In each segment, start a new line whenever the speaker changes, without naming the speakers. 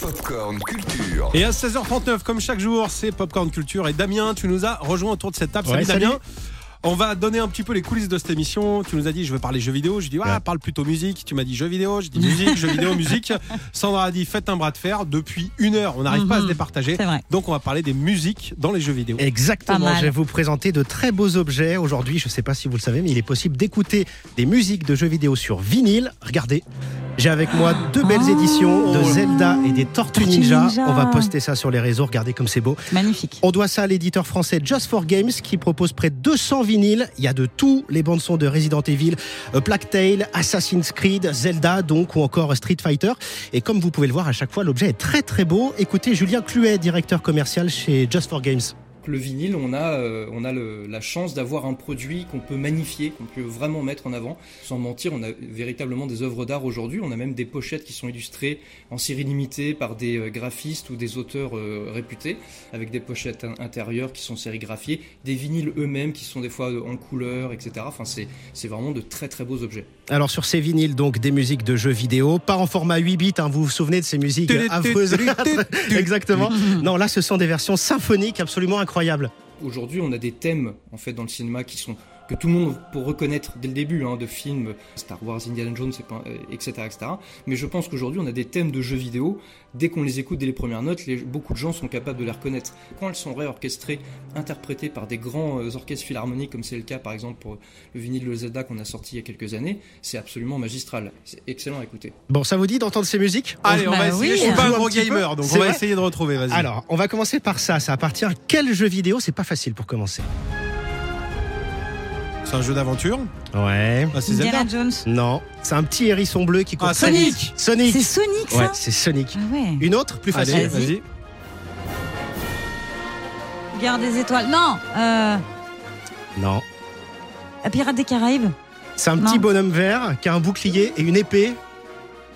Popcorn Culture.
Et à 16h39, comme chaque jour, c'est Popcorn Culture. Et Damien, tu nous as rejoint autour de cette table.
Ouais,
salut, Damien.
salut.
On va donner un petit peu les coulisses de cette émission. Tu nous as dit, je veux parler jeux vidéo. Je dis, ah,
Ouais.
parle plutôt musique. Tu m'as dit jeux vidéo. Je dis musique, jeux vidéo, musique. Sandra a dit, faites un bras de fer. Depuis une heure, on n'arrive pas à se
Mhm.
départager.
C'est vrai.
Donc, on va parler des musiques dans les jeux vidéo.
Pas
Exactement,
mal.
je vais vous présenter de très beaux objets. Aujourd'hui, je ne sais pas si vous le savez, mais il est possible d'écouter des musiques de jeux vidéo sur vinyle. Regardez, j'ai avec moi deux belles éditions de
Oh là.
Zelda et des Tortues
Tortues
Ninja.
Ninja.
On va poster ça sur les réseaux, regardez comme c'est beau.
Magnifique.
On doit ça à l'éditeur français Just for Games qui propose près de 200 vinyles. Il y a de tout, les bandes sons de Resident Evil, euh, Plague Tale, Assassin's Creed, Zelda donc ou encore Street Fighter. Et comme vous pouvez le voir, à chaque fois l'objet est très très beau. Écoutez Julien Cluet, directeur commercial chez Just for Games.
Le vinyle, on a, euh, on a le- la chance d'avoir un produit qu'on peut magnifier, qu'on peut vraiment mettre en avant. Sans mentir, on a véritablement des œuvres d'art aujourd'hui. On a même des pochettes qui sont illustrées en série limitée par des euh, graphistes ou des auteurs euh, réputés, avec des pochettes in- intérieures qui sont sérigraphiées, des vinyles eux-mêmes qui sont des fois euh, en couleur, etc. Enfin, c'est c'est vraiment de très très beaux objets.
Alors sur ces vinyles, donc des musiques de jeux vidéo, pas en format 8 bits, hein, vous vous souvenez de ces musiques
Tut, tut,
affreuses
tut, tut, tut.
Exactement. Non, là ce sont des versions symphoniques absolument incroyables.
Aujourd'hui, on a des thèmes en fait dans le cinéma qui sont que tout le monde peut reconnaître dès le début, hein, de films Star Wars, Indiana Jones, et pas- euh, etc., etc. Mais je pense qu'aujourd'hui, on a des thèmes de jeux vidéo. Dès qu'on les écoute, dès les premières notes, les- beaucoup de gens sont capables de les reconnaître. Quand elles sont réorchestrées, interprétées par des grands euh, orchestres philharmoniques, comme c'est le cas par exemple pour le vinyle de Zelda qu'on a sorti il y a quelques années, c'est absolument magistral. C'est excellent à écouter.
Bon, ça vous dit d'entendre ces musiques
Allez, on
Bah
va essayer.
oui.
Je suis pas
On
un
joue un
gros
petit peu.
gamer, donc
C'est
on va
vrai
essayer de retrouver. Ah, Vas-y.
Alors, on va commencer par ça. Ça appartient à quel jeu vidéo C'est pas facile pour commencer.
c'est un jeu d'aventure.
Ouais.
Ah, c'est Zelda.
Indiana Jones.
Non, c'est un petit hérisson bleu qui court
Ah,
très
Sonic
vite. Sonic
C'est Sonic, ça
Ouais, c'est Sonic.
Ah ouais.
Une autre, plus facile.
Allez,
Vas-y.
vas-y.
Guerre des étoiles. Non, euh,
Non.
Pirates des Caraïbes.
C'est un
Non.
petit bonhomme vert qui a un bouclier et une épée.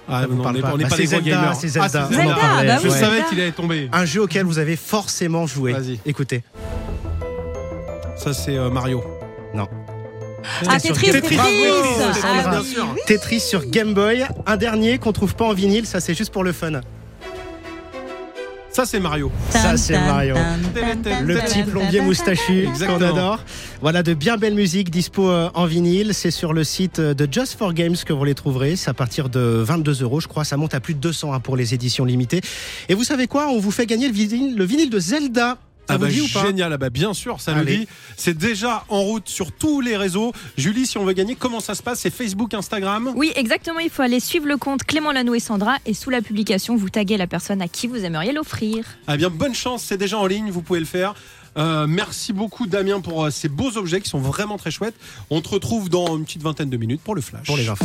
Ah,
Ça
non,
vous
on
parle
n'est
pas.
on n'est
Bah,
pas
c'est
des gros
Zelda,
gamers.
c'est
Ah,
Zelda.
On en Zelda, parlait. bah
Je
oui.
savais
Zelda.
qu'il allait tomber.
Un jeu auquel vous avez forcément joué.
Vas-y.
Écoutez.
Ça, c'est euh, Mario.
Non.
Ah, Tetris, Tetris.
Bravo, c'est
Ah,
bah
bien
oui,
sûr.
oui.
Tetris sur Game Boy. Un dernier qu'on trouve pas en vinyle, ça c'est juste pour le fun.
Ça, c'est Mario.
Ça, c'est
Tan, tan,
Mario.
tan, tan, tan,
Le
tan,
petit
tan,
plombier
tan,
moustachu qu'on
Exactement.
adore. Voilà de bien belles musiques dispo euh, en vinyle. C'est sur le site euh, de Just for Games que vous les trouverez. C'est à partir de 22 euros, je crois. Ça monte à plus de 200 hein, pour les éditions limitées. Et vous savez quoi On vous fait gagner le vinyle, le vinyle de Zelda. Ça
Ah
vous
bah,
dit ou pas
génial, ah bah, bien sûr, ça
Allez.
nous dit. C'est déjà en route sur tous les réseaux. Julie, si on veut gagner, comment ça se passe C'est Facebook, Instagram
Oui, exactement. Il faut aller suivre le compte Clément Lano et Sandra et sous la publication, vous taguez la personne à qui vous aimeriez l'offrir.
Ah bien, bonne chance, c'est déjà en ligne, vous pouvez le faire. Euh, merci beaucoup Damien pour euh, ces beaux objets qui sont vraiment très chouettes. On te retrouve dans une petite vingtaine de minutes pour le flash.
Pour les infos.